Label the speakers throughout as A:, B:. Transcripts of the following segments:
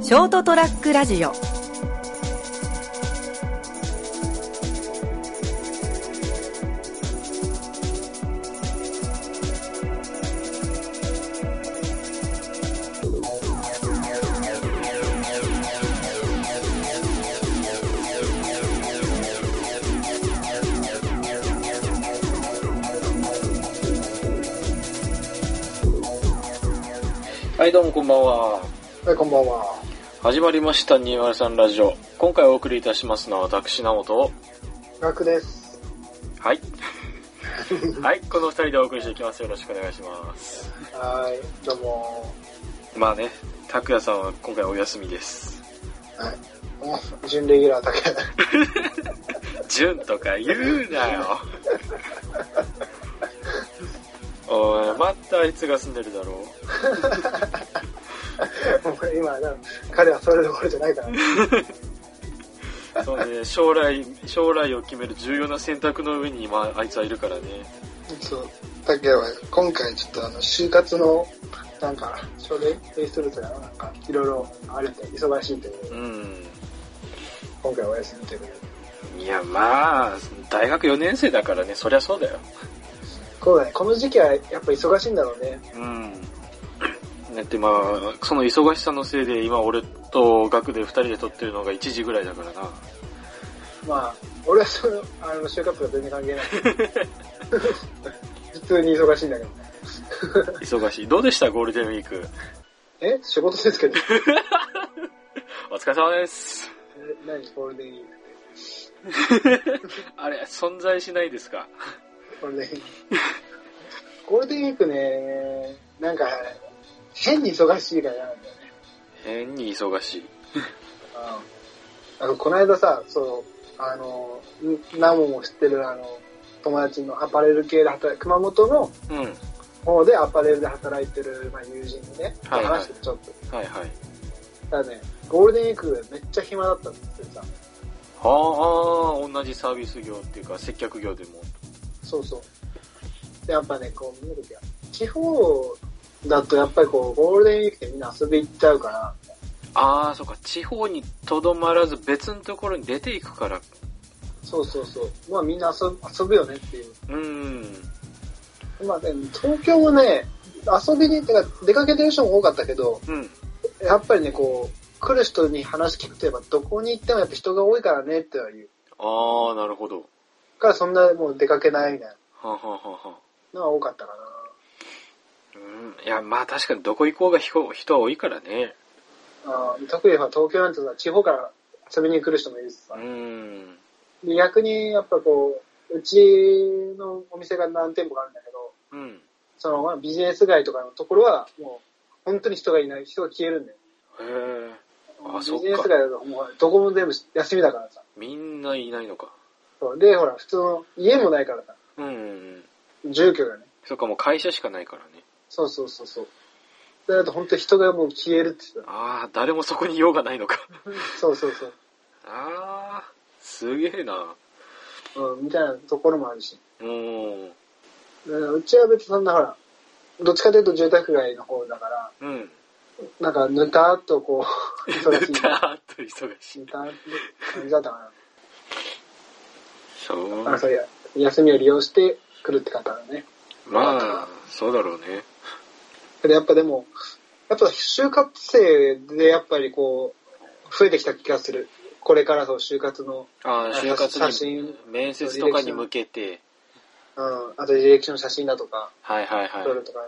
A: ショートトラックラジオ
B: はい、どうもこんばんは。
C: はい、こんばんは。
B: 始まりました、203ラジオ。今回お送りいたしますのは私、名本。
C: ガクです。
B: はい。 はい、この二人でお送りしていきます。よろしくお願いします。
C: はい、どうも。
B: まあね、拓也さんは今回お休み です。
C: はい。準レギュラーだけ。
B: 純とか言うなよ。 おい、またあいつが住んでるだろう。
C: お前今、な彼はそれどころじゃないから。
B: そうね、将来、将来を決める重要な選択の上に今、あいつはいるからね。
C: そう。だけど、今回ちょっとあの、就活の、なんか、書類提出するとか、なんか、いろいろあるって、忙しいという
B: う、ん。
C: 今回お休みということで。
B: いや、まあ、大学4年生だからね、そりゃそうだよ。
C: そうだね、この時期はやっぱ忙しいんだろうね。
B: うん。だってまあ、その忙しさのせいで、今俺と学で二人で撮ってるのが1時ぐらいだからな。
C: まあ、俺はその、あの、就活とは全然関係 ない。普通に忙しいん だけど。
B: 忙しい。どうでしたゴールデンウィーク。
C: え仕事ですけど。
B: お疲れ様です。
C: え何ゴールデンウィークって。
B: あれ、存在しないですか
C: ゴールデンウィーク。ゴールデンウィークね、なんか、変に忙しいから嫌なんだよね。
B: 変に忙しい。
C: あの、この間さ、そう、あの、んナモも知ってるあの、友達のアパレル系で働い熊本の
B: うん。
C: 方でアパレルで働いてる、まあ、友人にね、
B: はいはい
C: 話してちょっと。
B: はいはい。
C: だからね、ゴールデンウィークめっちゃ暇だったんですよさ。
B: はあ、同じサービス業っていうか、接客業でも。
C: そうそう。でやっぱね、こう見るときは、地方だとやっぱりこう、ゴールデンウィークでみんな遊び行っちゃうから、
B: ああ、そっか、地方にとどまらず別のところに出ていくから。
C: そうそうそう。まあみんな遊ぶ遊ぶよねっていう。
B: うん。
C: まあでも東京はね、遊びに、てか出かけてる人も多かったけど、
B: うん。
C: やっぱりね、こう、来る人に話聞くといえば、どこに行ってもやっぱ人が多いからねっては言う。
B: ああ、なるほど。
C: だからそんなもう出かけないみたい
B: はあ、はあはあはあ
C: なのは多かったか
B: うん、いや、まあ確かにどこ行こうがひこ人は多いからね。
C: な。あー特にまあ東京なんてさ、地方から遊びに来る人もいるしさ
B: う。ん。
C: で逆にやっぱこう、うちのお店が何店舗かあるんだけど、
B: うん。
C: そのまあビジネス街とかのところはもう本当に人がいない、人が消えるんだよ。
B: へえ。あそっか
C: ビジネス街だともうどこも全部休みだからさ。
B: みんないないのか。
C: そうで、ほら、普通の家もないからさ、
B: うん。
C: 住居がね。
B: そっか、もう会社しかないからね。
C: そうそうそうそう。でだと本当人がもう消えるって言って
B: ああ、誰もそこに用がないのか。
C: た。そうそうそう。
B: ああ、すげえな。
C: うん、みたいなところもあるし。
B: うん。
C: だからうちは別にそんなほら、どっちかというと住宅街の方だから、
B: うん。
C: なんかぬたっとこう、
B: だー
C: 忙し
B: っ
C: い。
B: と忙しい。
C: ぬたっと感じだったか
B: そう。
C: な。あそういや、休みを利用して来るって方だね。
B: まあ、そうだろうね。
C: で、やっぱでも、やっぱ就活生でやっぱりこう、増えてきた気がする。これからそう、就活の、
B: ああ、就活
C: 写
B: に
C: 真、
B: 面接とかに向けて。
C: うん、あと履歴書の写真だとか、
B: はいはいはい
C: 撮。るとか。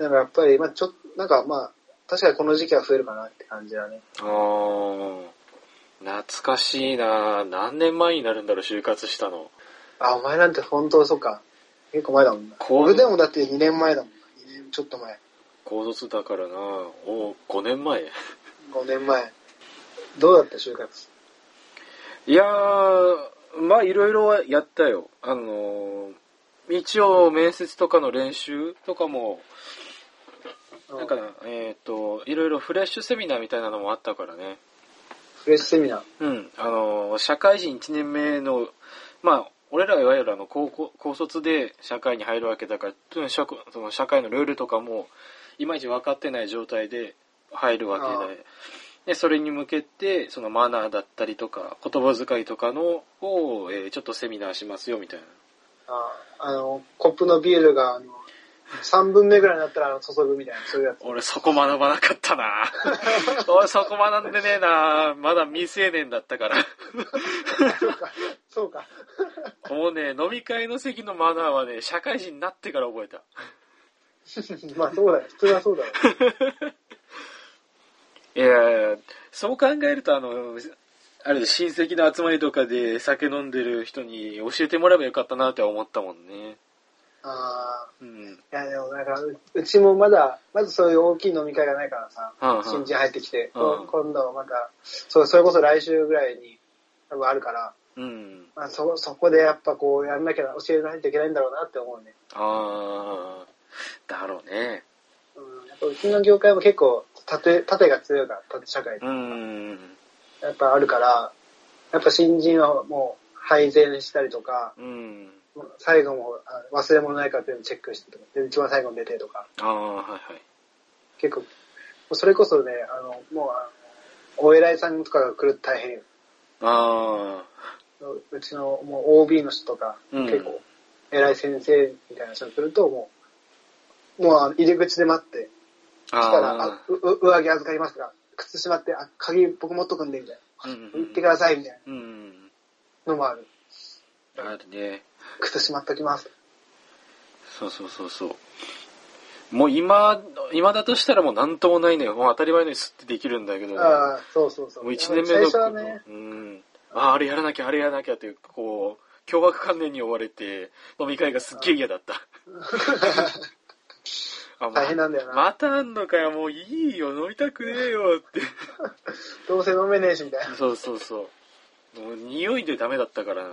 C: なんかやっぱり、まあちょっと、なんかまあ確かにこの時期は増えるかなって感じだね。
B: ああ、懐かしいな何年前になるんだろう、就活したの。
C: あ、お前なんて本当そうか。結構前だもんな。
B: こう
C: 俺でもだって2年前だもんな。2年ちょっと前。
B: 高卒だからなお5年前。
C: 5年前。どうだった就活。
B: いやー、まあいろいろはやったよ。あのー、一応面接とかの練習とかも、なんか
C: うん、
B: えっ、と、いろいろフレッシュセミナーみたいなのもあったからね。
C: フレッシュセミナー。
B: うん、あのー、社会人1年目の、まあ、俺らはいわゆるあの高校高卒で社会に入るわけだからとにかく社その社会のルールとかもいまいち分かってない状態で入るわけででそれに向けてそのマナーだったりとか言葉遣いとかのを、えーちょっとセミナーしますよみたいな
C: ああの、コップのビールが、あの、3分目ぐらいになったらあの注ぐみたいな、そういうやつ。
B: 俺そこ学ばなかったな俺そこ学んでねえなまだ未成年だったから
C: そうか。そうか。
B: もうね飲み会の席のマナーはね社会人になってから覚えた
C: まあそうだよ。普通はそうだよ。
B: いやーそう考えるとあのあれ親戚の集まりとかで酒飲んでる人に教えてもらえばよかったなって思ったもんね
C: あ
B: うん
C: あ。いやでもなんか、ううちもまだ、まずそういう大きい飲み会がないからさ、
B: うんうん
C: 新人入ってきて、
B: うん
C: こ今度はまた、そうそれこそ来週ぐらいに多分あるから、
B: うん
C: まあ、そそこでやっぱこうやんなきゃ、教えないといけないんだろうなって思うね。
B: ああだろうね
C: うん、やっぱうちの業界も結構縦、縦が強いから、縦社会で
B: うん
C: やっぱあるから、やっぱ新人はもう配膳したりとか、
B: うん
C: 最後もあ忘れ物ないかっていうのチェックしてとか、で一番最後に出てとか、
B: ああはいはい
C: 結構、もうそれこそね、あの、もうあの、お偉いさんとかが来ると大変よ。
B: あ
C: うちのもう OB の人とか、
B: うん
C: 結構、偉い先生みたいな人が来ると、もう、もうあの入り口で待って、
B: ああ
C: 来たら、あ
B: あ
C: うう上着預かりますから、靴しまって、あ、鍵僕持っとくんで、みたい
B: うん
C: な。
B: うん
C: 行ってください、みたいな
B: うん
C: のもある。
B: あるね
C: 靴しまっときます。
B: そうそうそうそうもう今今だとしたらもう何ともないねもう当たり前のようにスッてできるんだけどね
C: ああ、そうそうそう。
B: もう1年目
C: 最
B: の
C: 初はね、
B: うん、あああれやらなきゃあれやらなきゃというこう凶悪観念に追われて飲み会がすっげえ嫌だった あま
C: 大変なんだよな
B: またあんのかよもういいよ飲みたくねえよって
C: どうせ飲めねえし、みたいな。
B: そうそうそうもう匂いでダメだったからな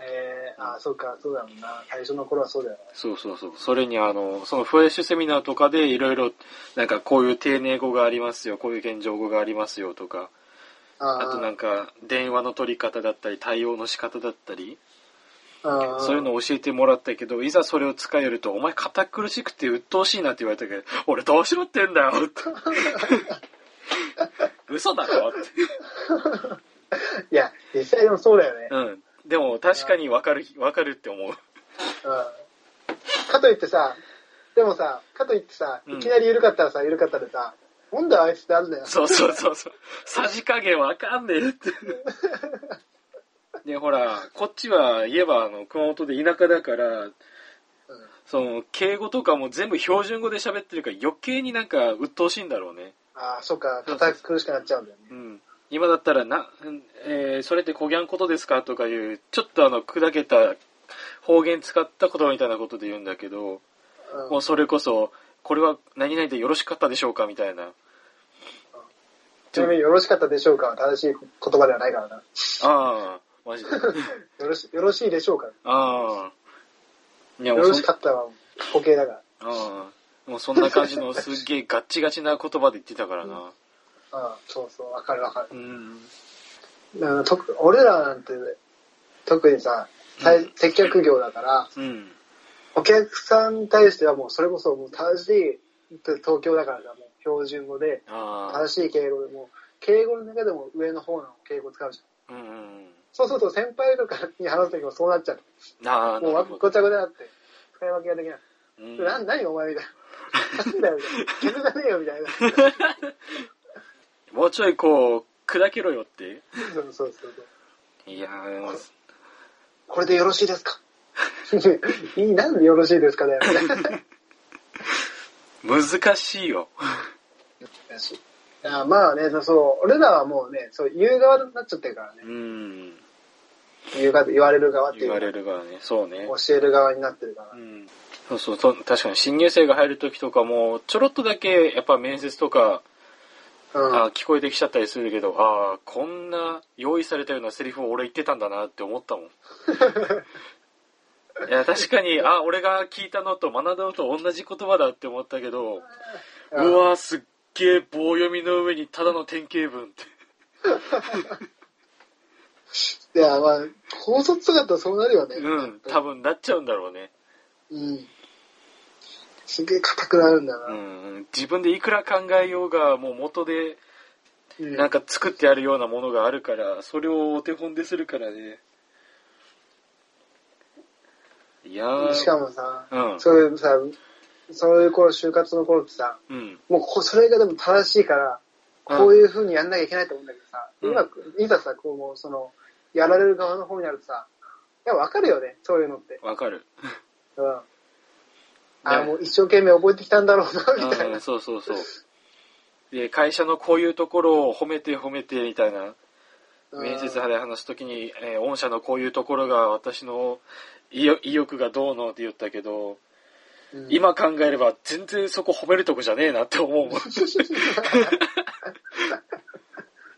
C: えー、ああ、そうか、そうだもんな。最初の頃はそうだよね。
B: そうそうそう。それにあの、そのフレッシュセミナーとかでいろいろ、なんかこういう丁寧語がありますよ、こういう現状語がありますよとか、
C: あ
B: あとなん
C: か、
B: か電話の取り方だったり、対応の仕方だったり、
C: ああ
B: そういうのを教えてもらったけど、いざそれを使えると、お前堅苦しくて鬱陶しいなって言われたけど、俺どうしろってんだよって。 嘘だろって。
C: いや、実際でもそうだよね。
B: うん。でも確かにわかる、わかるって思う。
C: うん。かといってさ、でもさ、かといってさ、
B: うん
C: いきなり緩かったらさ、緩かったでさ、なんだあいつってあるんだよ。
B: そうそうそうそう。さじ加減わかんねえって。で、ほら、こっちは言えば、あの、熊本で田舎だから、その、敬語とかも全部標準語で喋ってるから余計になんか鬱陶しいんだろうね。
C: ああ、そっか、堅苦しくなっちゃうんだよね。
B: うん。今だったら、な、えーそれってこぎゃんことですかとかいう、ちょっとあの、砕けた方言使った言葉みたいなことで言うんだけど、
C: うん
B: もうそれこそ、これは何々でよろしかったでしょうかみたいな。
C: ちなみに、よろしかったでしょうかは正しい言葉ではないからな。
B: ああ、マ ジで。
C: よろし、よろしいでしょうかよ
B: ああ。いや、も
C: ろ
B: う
C: し
B: そ
C: か、ったは、固形だから。
B: ああ。もうそんな感じのすっげえガッチガチな言葉で言ってたからな。
C: うん、そうそう、わかるわかる。
B: うん。
C: だからとく俺らなんて、特にさ、さい接客業だから、
B: うん。
C: お客さんに対してはもう、それこそもう正しい、東京だからさ、もう標準語で、
B: あ
C: 正しい敬語でも、敬語の中でも上の方の敬語使うじゃん。
B: あ。うんうん。
C: そうすると先輩とかに話すときもそうなっちゃう。
B: ああ、
C: もう
B: な
C: わ
B: る
C: ご
B: ほ
C: ちゃ
B: ど。
C: ごちゃになって、使い分けができない。
B: うん
C: な、何お前みたいな。なんだよ、みたいな。客じゃねえよ、み たいな。
B: もうちょいこう、砕けろよって。
C: そうそうそうそう。
B: いやー、もう
C: これでよろしいですか いい、なんでよろしいですかねみたいな。
B: 難しいよ。
C: だしあまあね、そうそう、俺らはもうね、そう、言う側になっちゃってるからね
B: う。ん。
C: 言う側、言われる側ってい
B: 言われ
C: う
B: るからね。そうね。
C: 教える側になってるから。
B: うんそうそうそう、確かに新入生が入るときとかも、ちょろっとだけ、やっぱ面接とか、
C: うん。
B: あー聞こえてきちゃったりするけどああこんな用意されたようなセリフを俺言ってたんだなって思 ったもんいや確かにあ俺が聞いたのと学んだのと同じ言葉だって思ったけどう
C: うん
B: わーすっげえ棒読みの上にただの典型文って
C: いや、まあ、高卒とかだったらそうなるよね。
B: うん多分なっちゃうんだろうね、
C: うん。すげえ硬くなるんだな。
B: うん、自分でいくら考えようがもう元で
C: うん
B: なんか作ってあるようなものがあるから、それをお手本でするからね。いやー。
C: しかもさ、
B: うん
C: それさ、そういう頃、就活の頃ってさ、
B: うん。
C: もうこそれがでも正しいから、
B: うん
C: こういう風にやんなきゃいけないと思うんだけどさ、
B: うん
C: 今、いざさ、こうもうその、やられる側の方になるとさ、いや、わかるよね、そういうのって。
B: わかる。
C: うん。あ
B: ね
C: あ、もう一生懸命覚えてきたんだろうな、みたい
B: うん、
C: な。
B: そうそうそう。で、会社のこういうところを褒めて褒めてみたいな、
C: うん
B: 面接派で話すときに、えー御社のこういうところが私の意欲意欲がどうのって言ったけど、
C: うん
B: 今考えれば全然そこ褒めるとこじゃねえなって思 うもん。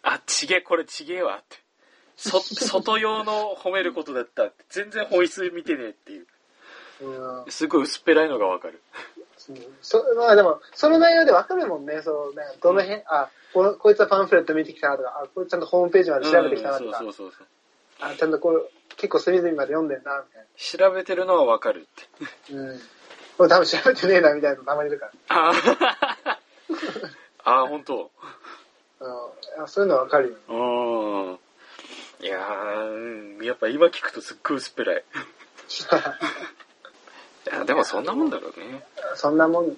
B: あ、ちげえ、これちげえわって。そ、外用の褒めることだったって。全然本質見てねえっていう。
C: うん
B: すごい薄っぺらいのがわかる。
C: そまあでも、その内容でわかるもんね、そのね、どの辺、あこの、こいつはパンフレット見てきたなとか、あ、こいつちゃんとホームページまで調べてきたな
B: う
C: と
B: ん
C: か、
B: そうそうそうそう。
C: あ、ちゃんとこう、結構隅々まで読んでんな、み
B: 調べてるのはわかるって。
C: たいな。うん。もう多分調べてねえな、みたいなのたまにいるから。
B: あー あー、本当。
C: うんあ。そういうのはわかるよ。
B: うん。いやー、うんやっぱ今聞くとすっごい薄っぺらい。いや、でもそんなもんだろうね。
C: そんなもん、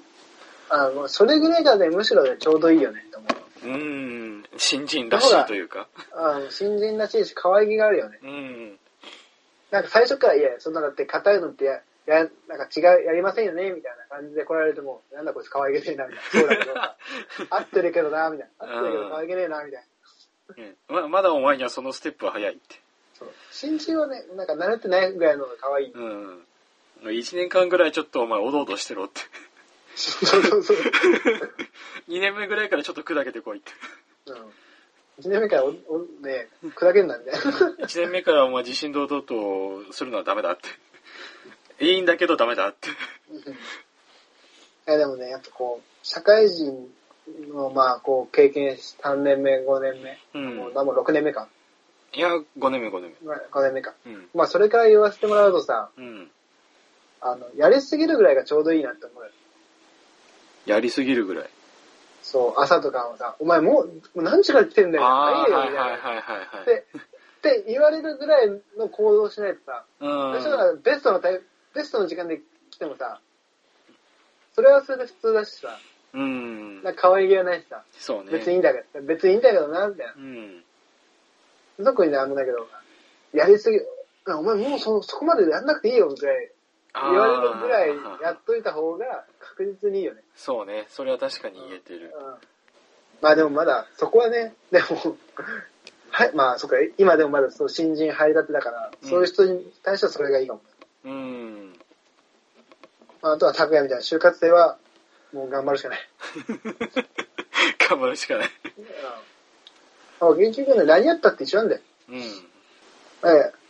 C: あもうそれぐらいがね、むしろね、ちょうどいいよね、と思う。
B: うん。新人らしいというか。
C: あ新人らしいし、可愛げがあるよね。
B: うん。
C: なんか最初から、いや、そんなだって硬いのってや、や、なんか違う、やりませんよね、みたいな感じで来られても、なんだこいつ可愛げねえな、みたいな。そうだけ どさ、合ってるけどな、みたいな。合ってるけど可愛げねえな、みたいな。
B: うんままだお前にはそのステップは早いって。
C: そう。新人はね、なんか慣れてないぐらいの方が可愛い。
B: うん。一年間ぐらいちょっとお前おどおどしてろって。
C: そうそうそう。
B: 二年目ぐらいからちょっと砕けてこいって。
C: うん。1年目からお、お、ね、砕けんな、みたい な。
B: 一年目からお前自信堂々とするのはダメだって。いいんだけどダメだって。
C: いやでもね、やっぱこう、社会人の、まあ、こう、経験し、3年目、5年目、
B: うん
C: もう、もう6年目か、
B: いや、5年目5年
C: まあ5年目か。
B: 目。うん。
C: まあ、それから言わせてもらうとさ、
B: うん。
C: あの、やりすぎるぐらいがちょうどいいなって思うよ。
B: やりすぎるぐらい。
C: そう、朝とかもさ、お前もう、もう何時から来てんだよ、
B: ああ、
C: 早
B: はいい
C: よ、み
B: は
C: た
B: い
C: いな。
B: はいはい
C: っ
B: はい。
C: て、って言われるぐらいの行動をしないとさ、
B: うん。
C: 私はベストのタイプベストの時間で来てもさ、それはそれで普通だしさ、
B: うん
C: なん。か可愛げはないしさ、
B: そうね。
C: 別にいいんだけど、別にいいんだけどな、みたいな
B: う。ん。
C: 特にね、あんだけど、やりすぎ、お前もうそそこまでやんなくていいよぐらい、
B: あー
C: 言われるぐらいやっといた方が確実にいいよね。
B: そうね。それは確かに言えて
C: うん
B: る。。
C: まあでもまだ、そこはね、 でも、はい、まあそっか、今でもまだそう新人入り立てだから、
B: うん
C: そういう人に対してはそれがいいかも。
B: うん。
C: まあ、あとは拓也みたいな就活生は、もう頑張るしかない。
B: 頑張るしかない。
C: うん。結局ね、何やったって一緒なんだよ。
B: うん。
C: え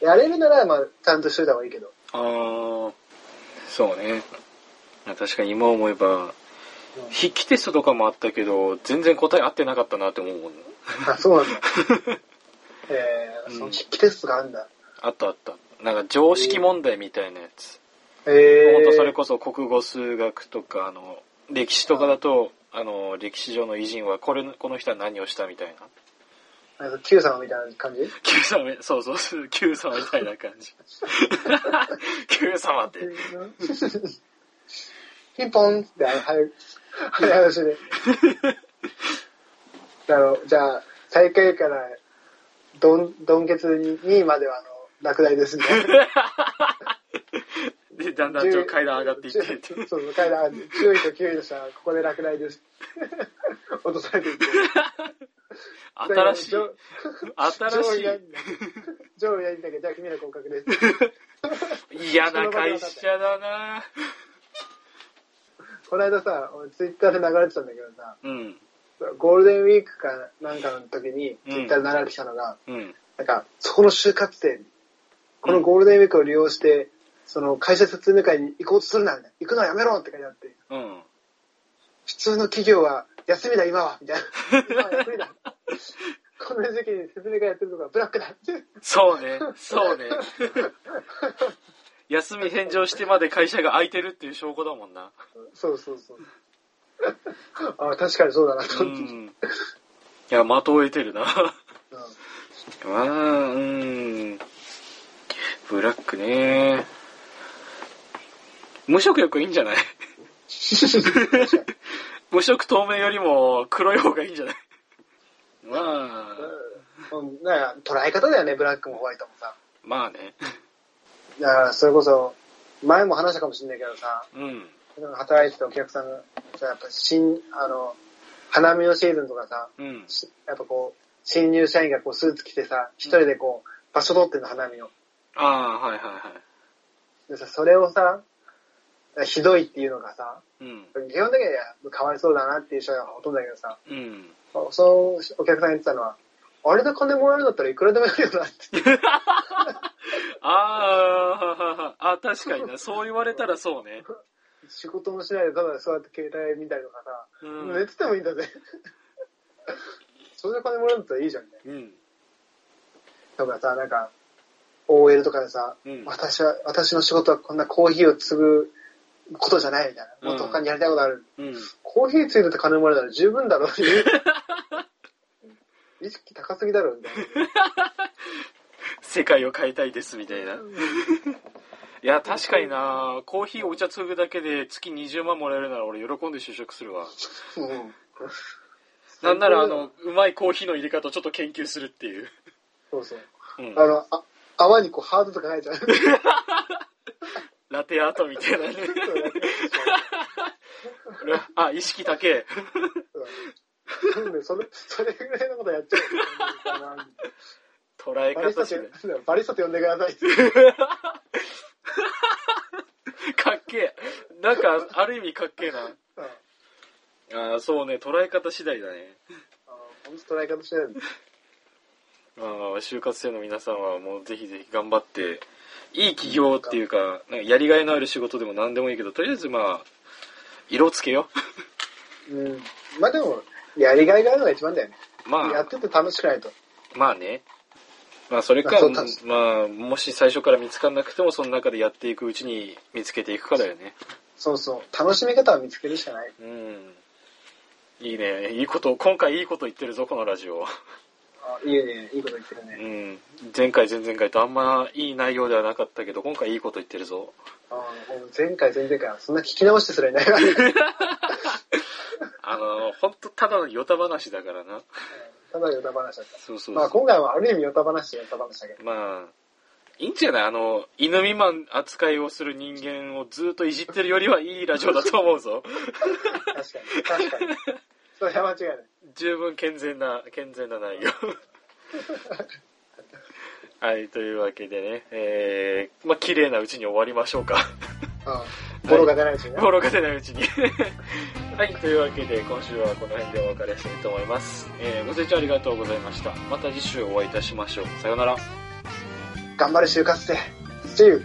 C: えやれるなら、まあ、ちゃんとしといた方がいいけど。
B: ああ、そうね。確かに今思えば、
C: うん
B: 筆記テストとかもあったけど、全然答え合ってなかったなって思うもんね。
C: あ、そうなんだ。え
B: う
C: え
B: ん
C: その筆記テストがあるんだ。
B: あったあった。なんか常識問題みたいなやつ。
C: え
B: ほん
C: え
B: とそれこそ国語数学とか、あの、歴史とかだと、あの、歴史上の偉人は、これ、この人は何をしたみたいな。
C: なんか Q さんみたいな感じ
B: Q 様め、そうそうそう、Q 様みたいな感じ。Q 様って。
C: ピンポンって、あの、早く、早押しで。あの、じゃあ、最下位から、どん、どんけつに2位までは、あの、落第ですね。
B: で、だんだんちょっと階段上がっていってって。
C: そうそう、階段、10位と9位でしたら、ここで落第です。落とされていって。
B: 新しい
C: 上、
B: 新
C: 上
B: し
C: 位やんだ。上位やんだけど、じゃあ君ら合格です。
B: い嫌な会社だな
C: この間さ、俺ツイッターで流れてたんだけどさ、
B: うん、
C: ゴールデンウィークかなんかの時に
B: うん
C: ツイッターで流れてきたのが、
B: うん、
C: なんか、そこの就活生、このゴールデンウィークを利用して、その会社説明会に行こうとするな、みたいな。行くのはやめろって書いてあって、
B: うん。
C: 普通の企業は休みだ今はみ たいな。今は休みだ。この時期に説明会やってるのがブラックだって。
B: そうね、そうね。 休み返上してまで会社が空いてるっていう証拠だもんな。
C: そうそうそう。あ確かにそうだな
B: う
C: と思って。
B: ん。いや、的を得てるな。
C: うん。
B: まあ、うん。ブラックね。無色よくいいんじゃない 無色透明よりも黒い方がいいんじゃないまあ、
C: うん、 なんか捉え方だよね、ブラックもホワイトもさ。
B: まあね。
C: だから、それこそ、前も話したかもしれないけどさ、
B: うん。
C: 働いてたお客さんがさ、やっぱ新、あの、花見のシーズンとかさ、
B: うん。
C: しやっぱこう、新入社員がこうスーツ着てさ、一人でこう、場所取ってんの、花見を。
B: ああ、はいはいは
C: でさ、それをさ、ひどいっていうのがさ、
B: い。うん。
C: 基本的にはかわいそうだなっていう人がほとんどだけどさ、
B: うん。
C: そのお客さんが言ってたのは、あれで金もらえるんだったらいくらでもやるよなって。
B: ああ、あ確かにな。そう言われたらそうね。
C: 仕事もしないでただ座って携帯見たりとかさ、
B: うん
C: 寝ててもいいんだぜ。それで金もらえるんだったらいいじゃんね。
B: うん。
C: だからさ、なんか、OL とかでさ、
B: うん
C: 私は、私の仕事はこんなコーヒーを継ぐことじゃないみたいな。もっと他にやりたいことある。
B: うん。
C: コーヒーついてて金もらえたら十分 だろっていう。意識高すぎだろみたい
B: 世界を変えたいです、みた いな。いや、確かにな。コーヒー、お茶継ぐだけで月20万もらえるなら俺喜んで就職するわ。
C: な。うん
B: なんなら、あの、うまいコーヒーの入れ方をちょっと研究するっていう。
C: そうそう。
B: うん。
C: あの、あ泡にこうハートとか入 っちゃう。
B: ラテアートみたいなね。 あ、意識高え。
C: なんで、それ、それぐらいのことやっちゃう。
B: 捉え
C: バリス
B: 方
C: タ
B: 次第。
C: って、バリスタって呼んでくださいって。
B: かっけえ。なんか、ある意味かっけえな。
C: うん
B: ああ、そうね、捉え方次第だね。
C: あー本当捉え方してないんだ
B: まあまあ、就活生の皆さんはもうぜひぜひ頑張って、いい企業っていうか、なんかやりがいのある仕事でも何でもいいけど、とりあえずまあ、色つけよ
C: うん。まあでも、やりがいがあるのが一番だよね。
B: う。ま
C: や
B: あ
C: っ、てて楽しくないと。
B: まあね。まあ、それか
C: まあそうだね、
B: まあ、もし最初から見つかんなくても、その中でやっていくうちに見つけていくかだよね。
C: そうそう。楽しみ方を見つけるしかない。
B: うん。いいね。いいこと、今回いいこと言ってるぞ、このラジオ。
C: あいいね。いいこと言ってる
B: う
C: ね。
B: ん。前回、前々回とあんまいい内容ではなかったけど、今回いいこと言ってるぞ。
C: あーもう前回、前々回はそんな聞き直してすらいないわけ。
B: あの、ほんとただのヨタ話だからな。
C: ただヨタ話だっ
B: そうそう
C: た。
B: そう。
C: まあ今回はある意味ヨタ話、ヨタ話だけど。
B: まあ、いいんじゃないあの、犬未満扱いをする人間をずっといじってるよりはいいラジオだと思う ぞ。
C: 確かに。確かに。それは間違いない。
B: 十分健全な、健全な内 容。はい、というわけでね、えー、まあ、綺麗なうちに終わりましょうか。
C: うん。ボロが出ないうちにね。
B: ボロが出ないうちに。 はい、というわけで、今週はこの辺でお別れしたいと思います。えー、ご清聴ありがとうございました。また次週お会いいたしましょう。さようなら。
C: 頑張れ就活生。See you.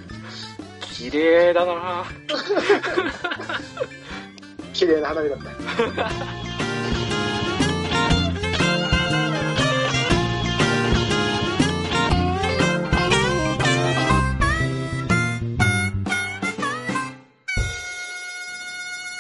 B: 綺麗だなぁ。
C: 綺麗な花火だった。